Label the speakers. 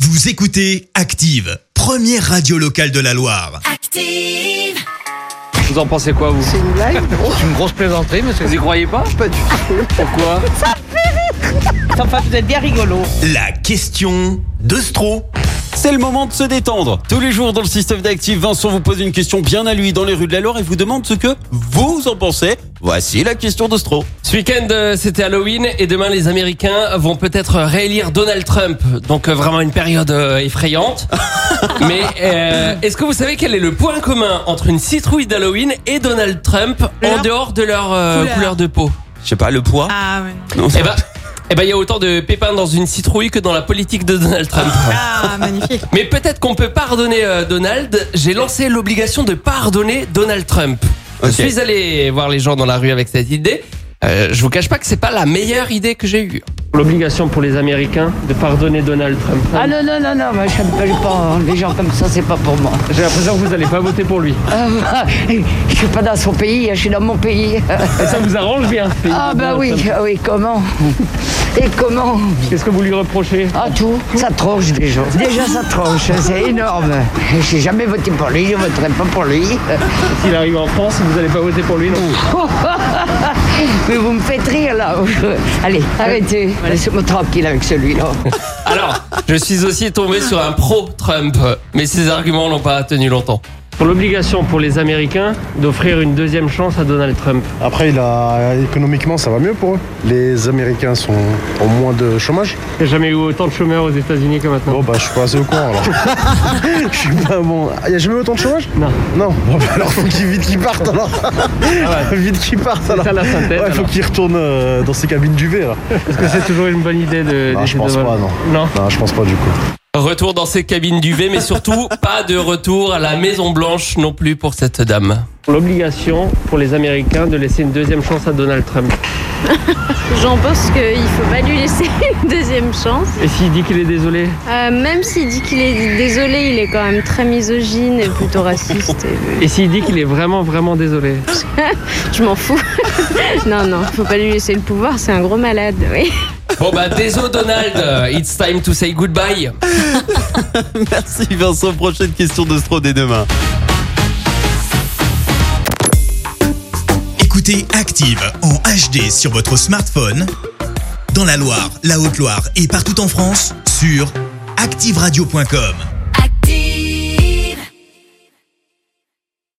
Speaker 1: Vous écoutez Active, première radio locale de la Loire.
Speaker 2: Active!
Speaker 3: Vous en pensez quoi, vous
Speaker 4: C'est une blague
Speaker 3: C'est une grosse plaisanterie, monsieur. Vous y croyez pas
Speaker 4: Pas du tout.
Speaker 3: Pourquoi
Speaker 4: Enfin, vous êtes bien rigolo.
Speaker 1: La question de Stro.
Speaker 5: C'est le moment de se détendre. Tous les jours dans le système d'actifs, Vincent vous pose une question bien à lui dans les rues de la Loire et vous demande ce que vous en pensez. Voici la question d'Ostro.
Speaker 6: Ce week-end, euh, c'était Halloween et demain, les Américains vont peut-être réélire Donald Trump. Donc euh, vraiment une période euh, effrayante. Mais euh, est-ce que vous savez quel est le point commun entre une citrouille d'Halloween et Donald Trump en dehors de leur euh, couleur. de peau
Speaker 5: Je sais pas, le poids
Speaker 2: Ah, ouais.
Speaker 5: Non,
Speaker 6: Eh ben, eh ben, il y a autant de pépins dans une citrouille que dans la politique de Donald Trump.
Speaker 2: ah magnifique.
Speaker 6: Mais peut-être qu'on peut pardonner euh, Donald. J'ai lancé l'obligation de pardonner Donald Trump.
Speaker 5: Ok.
Speaker 6: Je suis allé voir les gens dans la rue avec cette idée. Euh, je vous cache pas que c'est pas la meilleure idée que j'ai eue. L'obligation pour les Américains de pardonner Donald Trump.
Speaker 4: Ah non, non, non, non, moi je m'appelle pas hein, les gens comme ça, c'est pas pour moi.
Speaker 6: J'ai l'impression que vous allez pas voter pour lui.
Speaker 4: Ah, bah, je suis pas dans son pays, hein, je suis dans mon pays.
Speaker 6: Et ça vous arrange bien.
Speaker 4: Ah bah oui, ah oui, comment Et comment
Speaker 6: Qu'est-ce que vous lui reprochez
Speaker 4: Ah tout, ça tranche déjà. Déjà ça tranche, c'est énorme. J'ai jamais voté pour lui, je voterai pas pour lui.
Speaker 6: S'il arrive en France, vous allez pas voter pour lui non
Speaker 4: Mais vous me faites rire là. Allez, arrêtez. Laissez-moi tranquille avec celui-là.
Speaker 6: Alors, je suis aussi tombé sur un pro-Trump, mais ses arguments n'ont pas tenu longtemps.
Speaker 7: pour l'obligation pour les Américains d'offrir une deuxième chance à Donald Trump.
Speaker 8: Après, il a- économiquement, ça va mieux pour eux. Les Américains sont en moins de chômage.
Speaker 7: Il n'y a jamais eu autant de chômeurs aux États-Unis que maintenant.
Speaker 8: Bon, bah, je suis pas assez au courant alors. Je suis pas bon. Il y a jamais eu autant de chômage
Speaker 7: Non.
Speaker 8: Non. Bon, bah, alors, faut qu'ils vite qu'ils partent alors. vite qu'ils partent alors.
Speaker 7: Ah ça la synthèse,
Speaker 8: Ouais, faut
Speaker 7: alors.
Speaker 8: qu'ils retournent euh, dans ces cabines du V. là.
Speaker 7: Est-ce que c'est toujours une bonne idée de.
Speaker 8: Non,
Speaker 7: d'essayer
Speaker 8: je pense
Speaker 7: de-
Speaker 8: pas, non.
Speaker 7: Non.
Speaker 8: Non, je pense pas du coup.
Speaker 6: Retour dans ses cabines du V, mais surtout pas de retour à la Maison Blanche non plus pour cette dame.
Speaker 7: Pour l'obligation pour les Américains de laisser une deuxième chance à Donald Trump.
Speaker 9: J'en pense qu'il faut pas lui laisser une deuxième chance.
Speaker 7: Et s'il dit qu'il est désolé
Speaker 9: Euh, même s'il dit qu'il est désolé, il est quand même très misogyne et plutôt raciste. et-
Speaker 7: Et s'il dit qu'il est vraiment, vraiment désolé
Speaker 9: je m'en fous. non, non, faut pas lui laisser le pouvoir, c'est un gros malade. Oui.
Speaker 6: Bon bah désolé Donald, it's time to say goodbye.
Speaker 5: Merci Vincent. Prochaine question d'Ostro dès demain.
Speaker 1: Écoutez Active en HD sur votre smartphone, dans la Loire, la Haute-Loire et partout en France, sur activeradio.com.